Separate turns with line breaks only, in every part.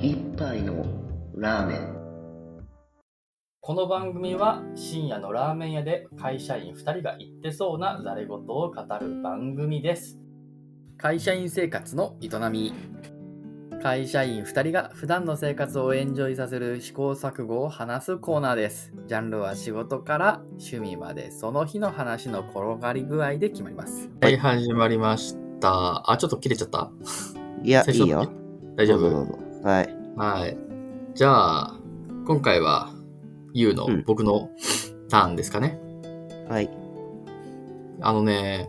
一杯のラーメン
この番組は深夜のラーメン屋で会社員2人が言ってそうなざれ言を語る番組です
会社員生活の営み
会社員2人が普段の生活をエンジョイさせる試行錯誤を話すコーナーですジャンルは仕事から趣味までその日の話の転がり具合で決まります
はい始まりましたあちょっと切れちゃった
いやい
最初
いよ
大丈
どうぞ
夫
どうぞはい
はいじゃあ今回はゆうの、
うん
僕のターンですかね
はい
あのね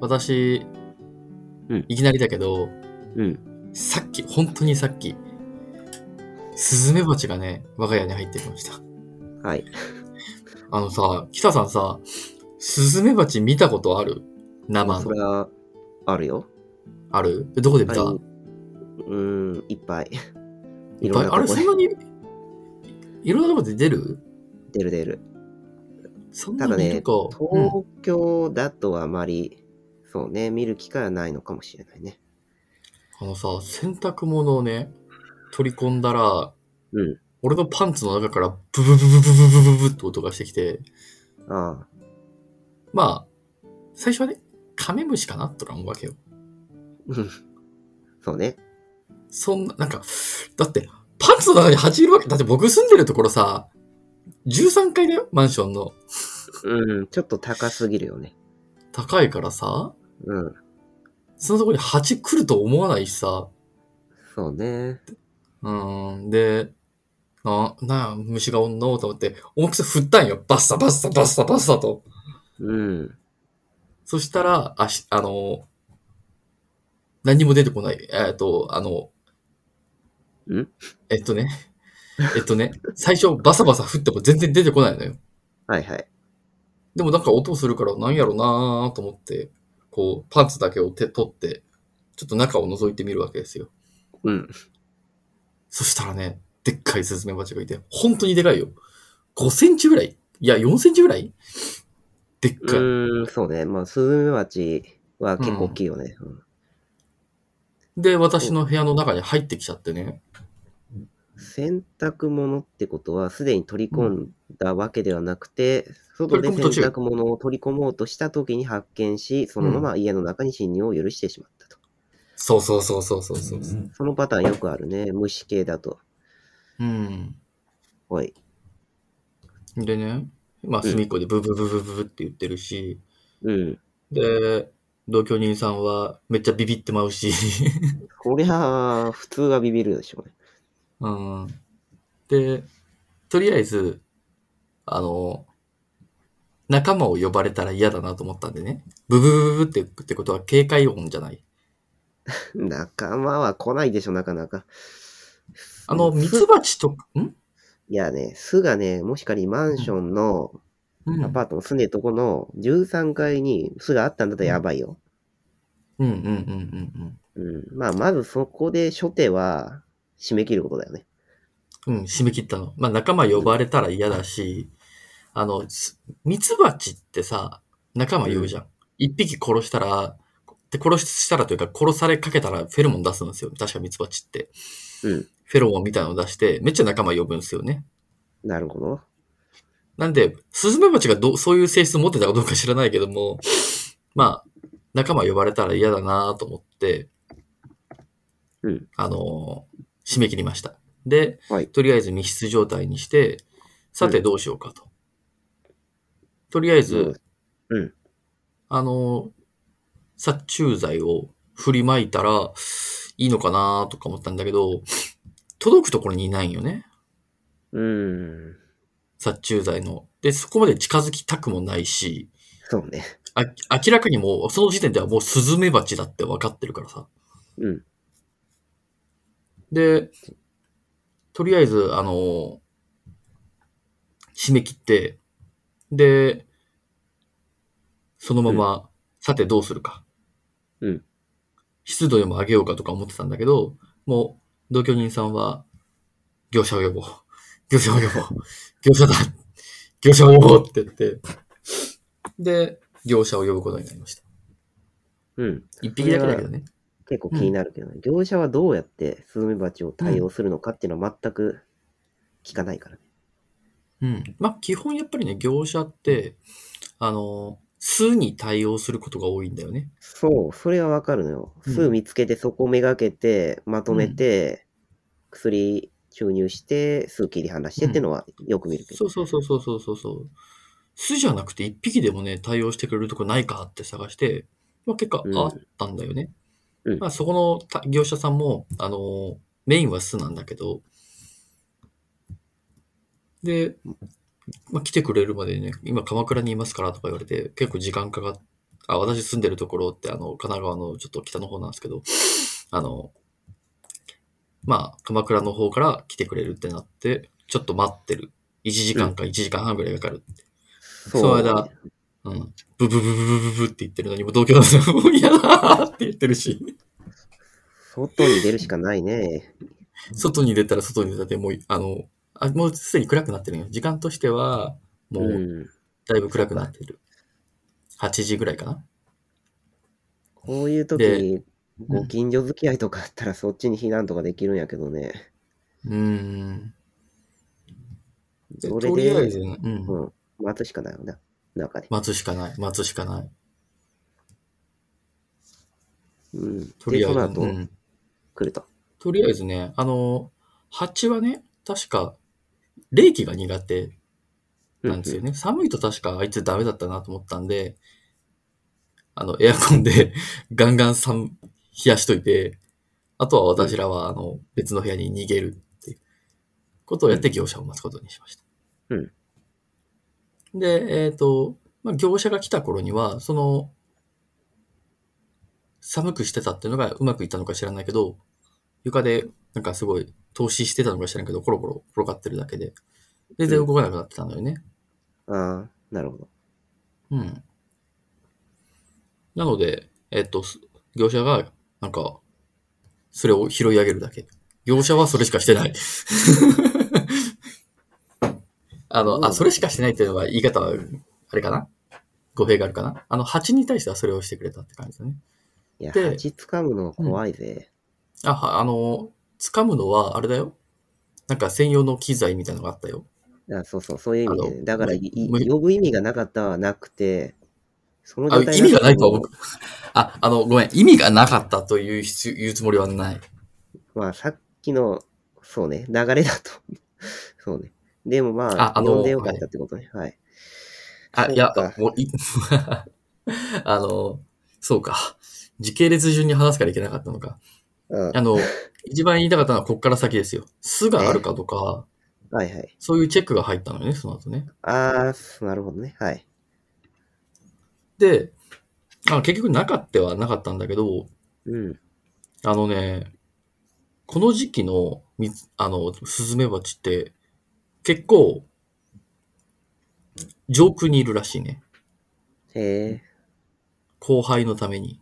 私、
うん
いきなりだけど
うん
さっき本当にさっきスズメバチがね我が家に入ってきました
はい
あのさ北さんさスズメバチ見たことある生
そ
の
れはあるよ
あるどこで見
あ
た、
れうーんいっぱい
い
い
っ
ろ
ぱ
ん
い
な
あれ
とこ
そ
で
んなにいろんなとこで出る
出る出る
そん
た
な
だ
に
ね
とか、うん
東京だとあまり、そうね見る機会はないのかもしれないね
あのさ洗濯物をね取り込んだら、
うん
俺のパンツの中からブブブブブブブブブって音がしてきて
ああ
まあ最初はねカメムシかなとか思うわけよ
うんそうね
そんななんかだってパンツの中に蜂いるわけだって僕住んでるところさ13階だよマンションの
うんちょっと高すぎるよね
高いからさ
うん
そのとこに蜂来ると思わないしさ
そうね
うん、で、な、なあ、虫がおんのと思って、思いっきり振ったんよ。バッサバッサバッサバッサと。
うん
そしたら、あし、あの、何も出てこない。えーっと、あの、
ん
えっとね、えっとね、最初バサバサ振っても全然出てこないのよ。
はいはい
でもなんか音するからなんやろなーと思って、こう、パンツだけを手取って、ちょっと中を覗いてみるわけですよ。
うん
そしたらね、でっかいスズメバチがいて、本当にでかいよ。5センチぐらいいや、4センチぐらいでっ
う
かい。
ーんそうねまあスズメバチは結構大きいよね、うん
で、私の部屋の中に入ってきちゃってね。
洗濯物ってことはすでに取り込んだわけではなくて、外
取
で
り込む
洗
途中
濯物を取り込もうとした時に発見しそのまま家の中に侵入を許してしまったと、
そうそうそうそうそうそう。
そのパターンよくあるね虫系だと
うん。
おい
でね、まあ、
うん
隅っこでブブブブブブって言ってるし、
うん
で、同居人さんはめっちゃビビってまうし。
こりゃあ普通はビビるでしょうね
うん。で、とりあえず、あの、仲間を呼ばれたら嫌だなと思ったんでね。ブブブブブってってことは警戒音じゃない。
仲間は来ないでしょなかなか
あの、ミツバチとか、ん
いやね巣がねもしかにマンションの
うん。
アパートの住んでるとこの13階に巣があったんだったらやばいよ、
うんうんうんうん
うん、まあまずそこで初手は締め切ることだよね
うん。うん、締め切ったの。まあ、仲間呼ばれたら嫌だし、あの、すミツバチってさ、仲間言うじゃん。一匹殺したら、で、殺したらというか、殺されかけたらフェロモン出すんですよ。確かミツバチって。
うん
フェロモンみたいなの出して、めっちゃ仲間呼ぶんですよね。
なるほど。
なんで、スズメバチがどうそういう性質持ってたかどうか知らないけども、まあ、仲間呼ばれたら嫌だなと思って、
うん
あのー締め切りました。で、
はい
とりあえず密室状態にして、さて
うん
どうしようかと。とりあえず、
うん
あのー殺虫剤を振りまいたらいいのかなとか思ったんだけど、届くところにいないんよね。
うん。
殺虫剤の。で、そこまで近づきたくもないし、
そうね。
あ明らかにもう、その時点ではもうスズメバチだって分かってるからさ。
うん。
で、とりあえず、あの締め切って、で、そのまま、さてどうするか。
うん。
湿度でも上げようかとか思ってたんだけど、もう、同居人さんは、業者を呼ぼう。業者を呼ぼう。業者だ。業者を呼ぼうって言って、で、業者を呼ぶことになりました。
うん。
一匹だけだけどね。
結構気になるけどね、業者はどうやってスズメバチを対応するのかっていうのは全く聞かないからね。
うん。まあ、基本やっぱりね、業者って、あの、巣に対応することが多いんだよね。
そう、それはわかるのよ。
うん
すぐ見つけて、そこをめがけて、まとめて、薬注入して、すぐ切り離してっていうのはよく見るけど。
そうそうそうそうそうそうそう。巣じゃなくて一匹でもね、対応してくれるとこないかって探して、まあ、結果
うん
あったんだよね。
うん
まあ、そこのた業者さんも、あの、メインは巣なんだけど、で、まあ、来てくれるまでにね、今鎌倉にいますからとか言われて、結構時間かかっあ、私住んでるところって、あの、神奈川のちょっと北の方なんですけど、あの、まあ、鎌倉の方から来てくれるってなって、ちょっと待ってる。1時間か1時間半ぐらいかかる。
そ
そうだうん。ブブブブブブブって言ってるのにも東京のもう嫌だって言ってるし。
外に出るしかないね。
外に出たら外に出たでもう、あの、あもうすでに暗くなってるよ。時間としては、も
う
う、
ん。
だいぶ暗くなってる。8時ぐらいかな。
こういう時
で
に、ご近所付き合いとかあったら、そっちに避難とかできるんやけどね。
うーん。で
それで
とりあえずね、うん。
うん。待つしかないよな、中で。
待つしかない。待つしかない。
うん。
と
で、
りあ
その
えず、
後
う、ん。
来ると。
とりあえずね、あの、蜂はね、確か、冷気が苦手なんですよね。寒いと確かあいつダメだったなと思ったんで、あの、エアコンで ガンガン寒、冷やしといて、あとは私らは、あの、別の部屋に逃げるっていうことをやって業者を待つことにしました。
うん
で、えっ、と、まあ、業者が来た頃には、その、寒くしてたっていうのがうまくいったのか知らないけど、床で、なんかすごい、投資してたのか知らんけど、コロコロ転がってるだけで、全然動かなくなってたのよね。
うん。ああ、なるほど。
うん。なので、えっと、す業者が、なんか、それを拾い上げるだけ。業者はそれしかしてない。 あの、あ、それしかしてないっていうのは言い方は、あれかな語弊があるかなあの、蜂に対してはそれをしてくれたって感じだね。
いや、
で
蜂掴むのは怖いぜ。
あ、はあの、掴むのは、あれだよ。なんか専用の機材みたいなのがあったよ。
あそうそう、そういう意味で
あ
ね。
の
だからい、
む
い呼ぶ意味がなかったはなくて、その
あ、
状態
意味がないとは
僕
僕、あ、あの、ごめん。意味がなかったという必要言うつもりはない。
まあ、さっきの、そうね、流れだと。 そうね。でもまあ、
ああの
呼んでよかったってことね。はい。
あ、いや
そうか、
もうい、 あの、そうか。時系列順に話すからいけなかったのか。
うん。
あの、一番言いたかったのはこっから先ですよ。巣があるかとか、
はいはい。
そういうチェックが入ったのよね、その後ね。
ああ、なるほどね。はい。
で、あ結局なかったはなかったんだけど、
うん。
あのね、この時期のみ、あの、スズメバチって、結構、上空にいるらしいね。
へえ。
後輩のために。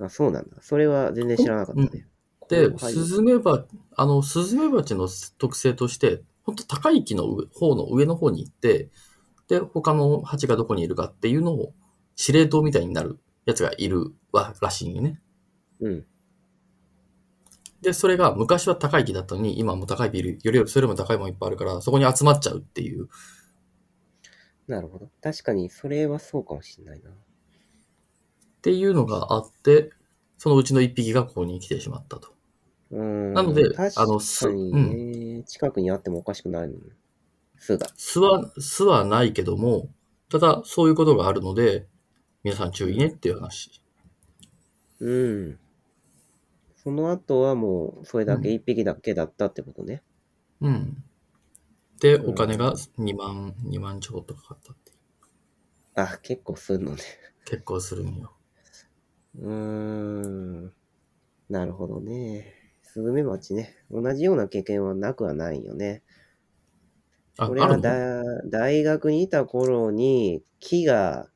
あ、そうなんだ。それは全然知らなかったね。
で、
後輩
スズメバあの、スズメバチの特性として、本当高い木の上方の上の方に行って、で、他の蜂がどこにいるかっていうのを、司令塔みたいになるやつがいるわらしいよね。
うん。
で、それが昔は高い木だったのに、今はもう高いビル、よりよりそれよりも高いもんいっぱいあるから、そこに集まっちゃうっていう。
なるほど。確かに、それはそうかもしれないな。
っていうのがあって、そのうちの一匹がここに来てしまったと。
うん。
なので
確
あのす
かにね、近くにあってもおかしくないのね。巣が。
巣は、巣はないけども、ただそういうことがあるので、皆さん注意ねっていう話。
うん。その後はもう、それだけ、
うん
一匹だけだったってことね。
うん。で、
うん
お金が2万、2万ちょこっとかかったっていう。
あ、結構すんのね。
結構するんよ。
うーん。なるほどね。スズメバチね。同じような経験はなくはないよね。
あ、あ
こ
る
れは
の
だ大学にいた頃に木が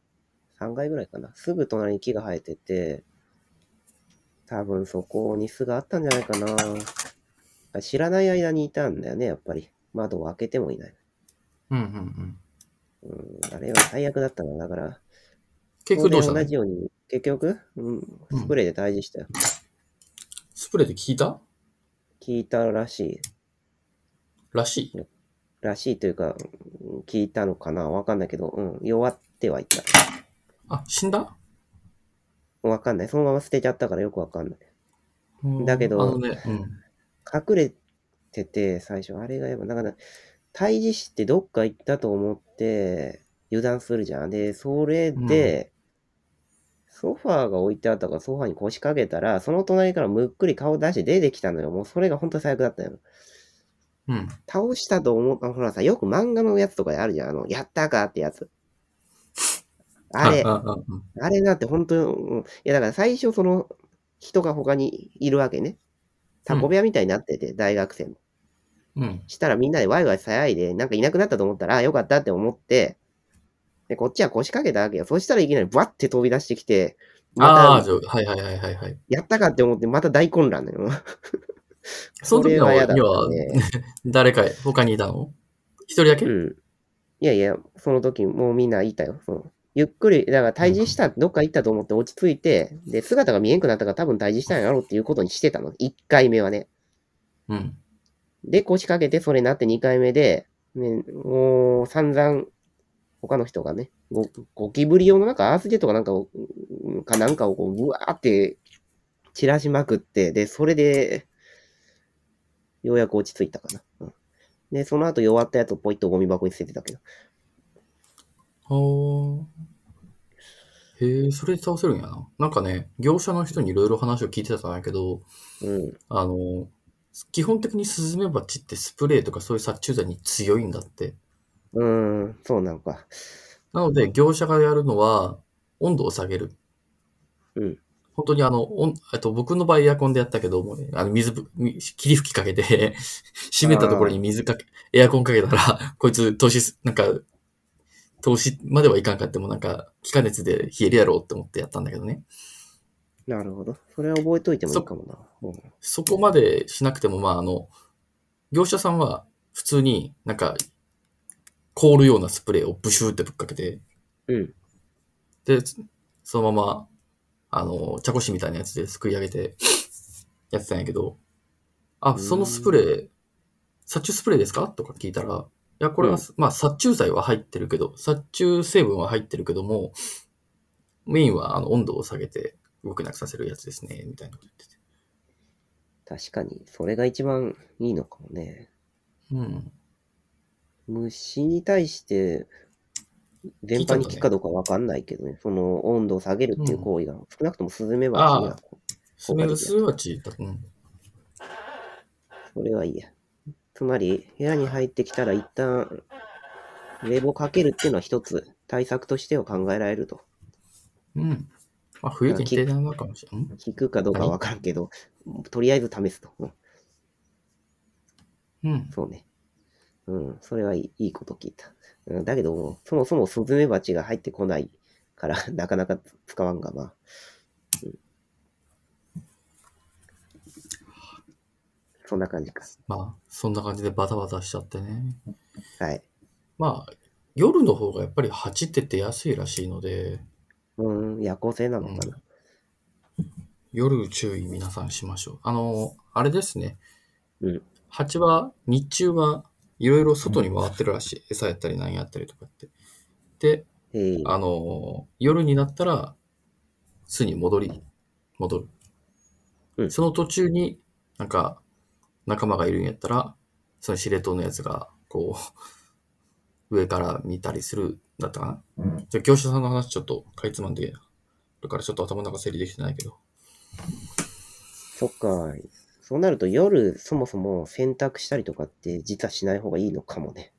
3階ぐらいかな。すぐ隣に木が生えてて、多分そこに巣があったんじゃないかな。知らない間にいたんだよね、やっぱり。窓を開けてもいない。
うんうんうん。
うん、あれは最悪だったな。だから、
結局どうした
同
の
じように、結局、うん、スプレーで退治したよ。
スプレーで効いた
聞いたらしい。
らしい。
らしいというか、うん聞いたのかなわかんないけど、うん、弱ってはいた。
あ、死んだ
わかんない。そのまま捨てちゃったからよくわかんない。だけど
あのね、うん。
隠れてて、最初、あれがやっぱ、なかなか、退治してどっか行ったと思って、油断するじゃん。で、それで、ソファーが置いてあったから、ソファーに腰掛けたら、その隣からむっくり顔出して出てきたのよ。もうそれが本当に最悪だったよ。
うん。
倒したと思ったほらさ、よく漫画のやつとかであるじゃん。あの、やったかってやつ。あれ
う、んうんうん
あれなって本当に、うん、いやだから最初その人が他にいるわけね。タコ部屋みたいになってて、大学生も。
うん。
したらみんなでワイワイ騒いで、なんかいなくなったと思ったら、あよかったって思って、で、こっちは腰掛けたわけよ。そしたらいきなりバッて飛び出してきて、
あ
ま
あ、
た
じゃあはいはいはいはいはい。
やったかって思って、また大混乱だよ。
その時
こ
の、
れは嫌だっ
に
た
は、
ね。
誰か、他にいたの一人だけ、
うん。いやいや、その時もうみんないたよ。そのゆっくり、だから退治した、どっか行ったと思って落ち着いて、で、姿が見えんくなったから多分退治したんやろうっていうことにしてたの。1回目はね。
うん。
で、腰掛けて、それになって2回目で、ね、もう散々、他の人がね、ゴゴキブリ用のなんかアースジェットかなんかを、うんかなんかをこう、ぐわーって散らしまくって、で、それで、ようやく落ち着いたかな。うんで、その後弱ったやつをポイッとゴミ箱に捨ててたけど。
はあ。へえ、それで倒せるんやな。なんかね、業者の人にいろいろ話を聞いてたんだけど、
うん。
あの、基本的にスズメバチってスプレーとかそういう殺虫剤に強いんだって。
うーん、そうなんか。
なので、業者がやるのは、温度を下げる。
うん。
本当にあの、温えっと、僕の場合エアコンでやったけども、あの、水ぶ、み霧吹きかけて、 閉めたところに水かけ、エアコンかけたら、 こいつ、投資す、なんか、投資まではいかんかっても、なんか、気化熱で冷えるやろうって思ってやったんだけどね。
なるほど。それは覚えといてもいいかもな。うん
そこまでしなくても、まあ、あの、業者さんは普通になんか、凍るようなスプレーをブシューってぶっかけて、
うん。
で、そのまま、あの、茶こしみたいなやつですくい上げて、やってたんやけど、
う
あ、
ん
そのスプレー、殺虫スプレーですかとか聞いたら、いや、これは、
うん
まあ、殺虫剤は入ってるけど、殺虫成分は入ってるけども、メインはあの温度を下げて動けなくさせるやつですね、みたいなこと言ってて。
確かに、それが一番いいのかもね。
うん。
虫に対して、全般に効くかどうかわかんないけどね、その温度を下げるっていう行為が、少なくともスズメバチには、
スズメスズメバチだ、うん。
それはいいや。つまり、部屋に入ってきたら一旦、冷房かけるっていうのは一つ、対策としては考えられると。
うん。まあ、冬限定なのかもしれない。
効くかどうかわからんけど、とりあえず試すと。うん
うん。
そうね。うん、それはいいいいこと聞いた。うん、だけど、そもそもスズメバチが入ってこないから、 なかなか使わんがな。うんそんな感じか。
まあ、そんな感じでバタバタしちゃってね。
はい。
まあ、夜の方がやっぱり蜂って出やすいらしいので、
うん、夜行性なのかな。
夜注意皆さんしましょう。あの、あれですね。
うん
蜂は、日中はいろいろ外に回ってるらしい。餌やったり何やったりとかって。で、
ええ
あの、夜になったら、巣に戻り、戻る。
うん
その途中に、なんか、仲間がいるんやったら、その司令塔のやつが、こう、 上から見たりする、だったかな。じゃあ業者さんの話ちょっとかいつまんで、だからちょっと頭の中整理できてないけど。
そっか。そうなると夜、そもそも洗濯したりとかって実はしない方がいいのかもね。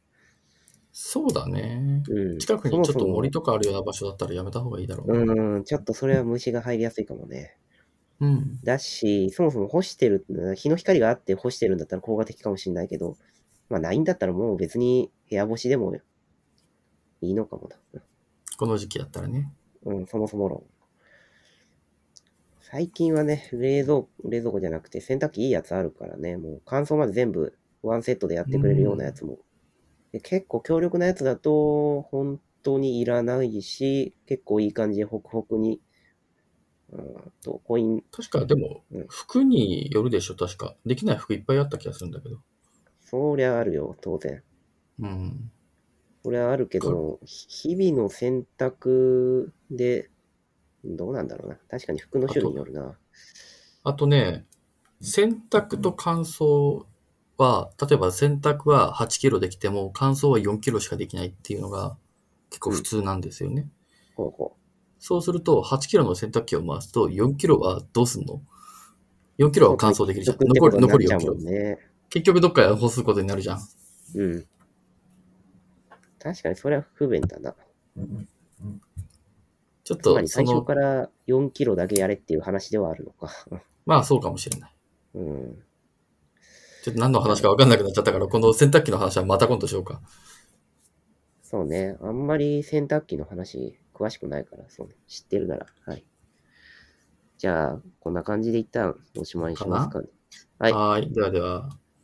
そうだね。
うん。
近くにちょっと森
と
とかあるような場所だったらやめた方がいいだろうね。
うん、ちょっとそれは虫が入りやすいかもね。
うん。
だし、そもそも干してる、日の光があって干してるんだったら効果的かもしれないけど、まあないんだったらもう別に部屋干しでもいいのかもな。
この時期やったらね。
うん、そもそも論。最近はね、冷蔵、冷蔵庫じゃなくて洗濯機いいやつあるからね、もう乾燥まで全部ワンセットでやってくれるようなやつも。で結構強力なやつだと、本当にいらないし、結構いい感じでホクホクに、うんと、コイン、
確か、でも
うん、
服によるでしょ、確か。できない服いっぱいあった気がするんだけど。
そりゃあるよ、当然。
うん。
それはあるけど、ひ日々の選択で、どうなんだろうな。確かに服の種類によるな。
あとね、洗濯と乾燥は、例えば洗濯は8キロできても、乾燥は4キロしかできないっていうのが結構普通なんですよね。
ほうほ
そうすると、8キロの洗濯機を回すと、4キロはどうすんの ?4 キ
う。
ロは乾燥できるじゃん。
属ってこ
残
と
り、
にな
残
っ
り
ちゃう
4キ
も
ロ
ん。ね。
結局どっかで干すことになるじゃん。
うん。確かにそれは不便だな。
ちょっ
つま
と、
り
そ
最初
の、
から4キロだけやれっていう話ではあるのか。
まあそうかもしれない。
うん。
ちょっと何の話か分かんなくなっちゃったから、この洗濯機の話はまた今度しようか。
そうね。あんまり洗濯機の話詳しくないから、そうね。知ってるなら。はい。じゃあ、こんな感じで一旦おしまいにしますかね。はい
はーい。ではでは。